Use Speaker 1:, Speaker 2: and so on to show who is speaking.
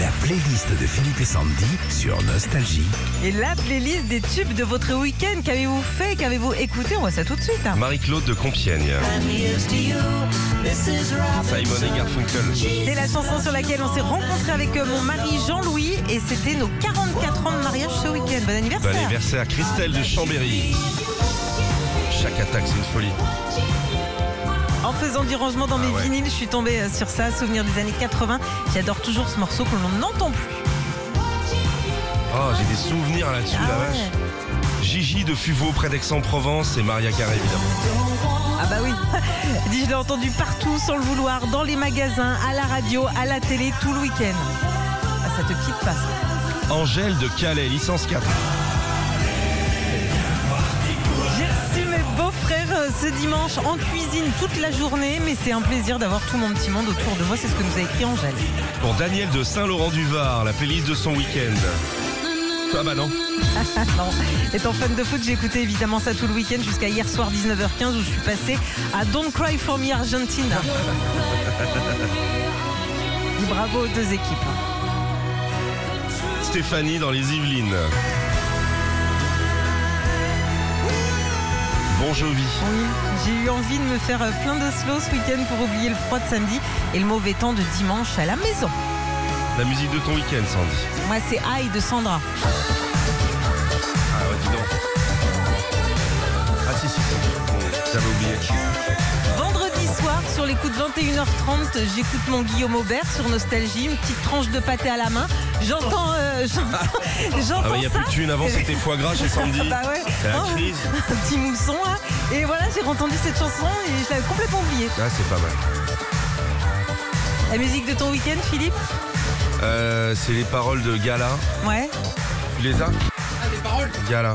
Speaker 1: La playlist de Philippe et Sandy sur Nostalgie.
Speaker 2: Et la playlist des tubes de votre week-end, qu'avez-vous fait, qu'avez-vous écouté On voit ça tout de suite. hein.
Speaker 3: Marie-Claude de Compiègne. Simon et Garfunkel.
Speaker 2: C'est la chanson sur laquelle on s'est rencontré avec euh, mon mari Jean-Louis et c'était nos 44 ans de mariage ce week-end. Bon
Speaker 3: Bon
Speaker 2: anniversaire
Speaker 3: anniversaire, Christelle de Chambéry. Chaque attaque, c'est une folie.
Speaker 2: En faisant du rangement dans mes
Speaker 3: Ah ouais.
Speaker 2: vinyles, je suis tombée euh, sur ça, souvenir des années 80. J'adore toujours ce morceau que l'on n'entend plus.
Speaker 3: Oh, j'ai des souvenirs là-dessus,
Speaker 2: Ah
Speaker 3: la
Speaker 2: ouais.
Speaker 3: vache. Gigi de Fuveau, près d'Aix-en-Provence, et Maria Carré, évidemment.
Speaker 2: Ah bah oui. Dis, je l'ai entendu partout, sans le vouloir, dans les magasins, à la radio, à la télé, tout le week-end. Ah, ça te quitte pas. ça.
Speaker 3: Angèle de Calais, licence 4.
Speaker 2: J'ai reçu mes beaux-frères euh, ce dimanche en cuisine toute la journée, mais c'est un plaisir d'avoir tout mon petit monde autour de moi. C'est ce que nous a écrit Angèle.
Speaker 3: Pour Daniel de Saint-Laurent-du-Var, la playlist de son week-end. Ah bah non.
Speaker 2: Non. Étant fan de foot, j'ai écouté évidemment ça tout le week-end jusqu'à hier soir 19h15 où je suis passée à Don't Cry for Me Argentine. Dis Bravo aux deux équipes.
Speaker 3: Stéphanie dans les Yvelines. Bon Jovi.
Speaker 2: Oui, j'ai eu envie de me faire euh, plein de slow ce week-end pour oublier le froid de samedi et le mauvais temps de dimanche à la maison.
Speaker 3: La musique de ton week-end, Sandy.
Speaker 2: Moi, c'est Aïe de Sandra.
Speaker 3: Ah ouais, dis donc. Ah si, si, si. J'avais oublié.
Speaker 2: Vendredi soir, sur les coups de 21h30, j'écoute mon Guillaume Aubert sur Nostalgie, une petite tranche de pâté à la main. J'entends, euh, j'entends,
Speaker 3: Ah bah
Speaker 2: j'entends
Speaker 3: il n'y a
Speaker 2: ça.
Speaker 3: plus de thunes, avant c'était foie gras chez Sandy.
Speaker 2: Bah ouais.
Speaker 3: C'est la
Speaker 2: Oh,
Speaker 3: crise.
Speaker 2: Un petit mousson, là. Et voilà, j'ai entendu cette chanson et je l'avais complètement oubliée.
Speaker 3: Ah c'est pas mal.
Speaker 2: La musique de ton week-end, Philippe
Speaker 3: Euh, c'est les paroles de Gala.
Speaker 2: Ouais.
Speaker 3: Tu les as Ah les paroles Gala.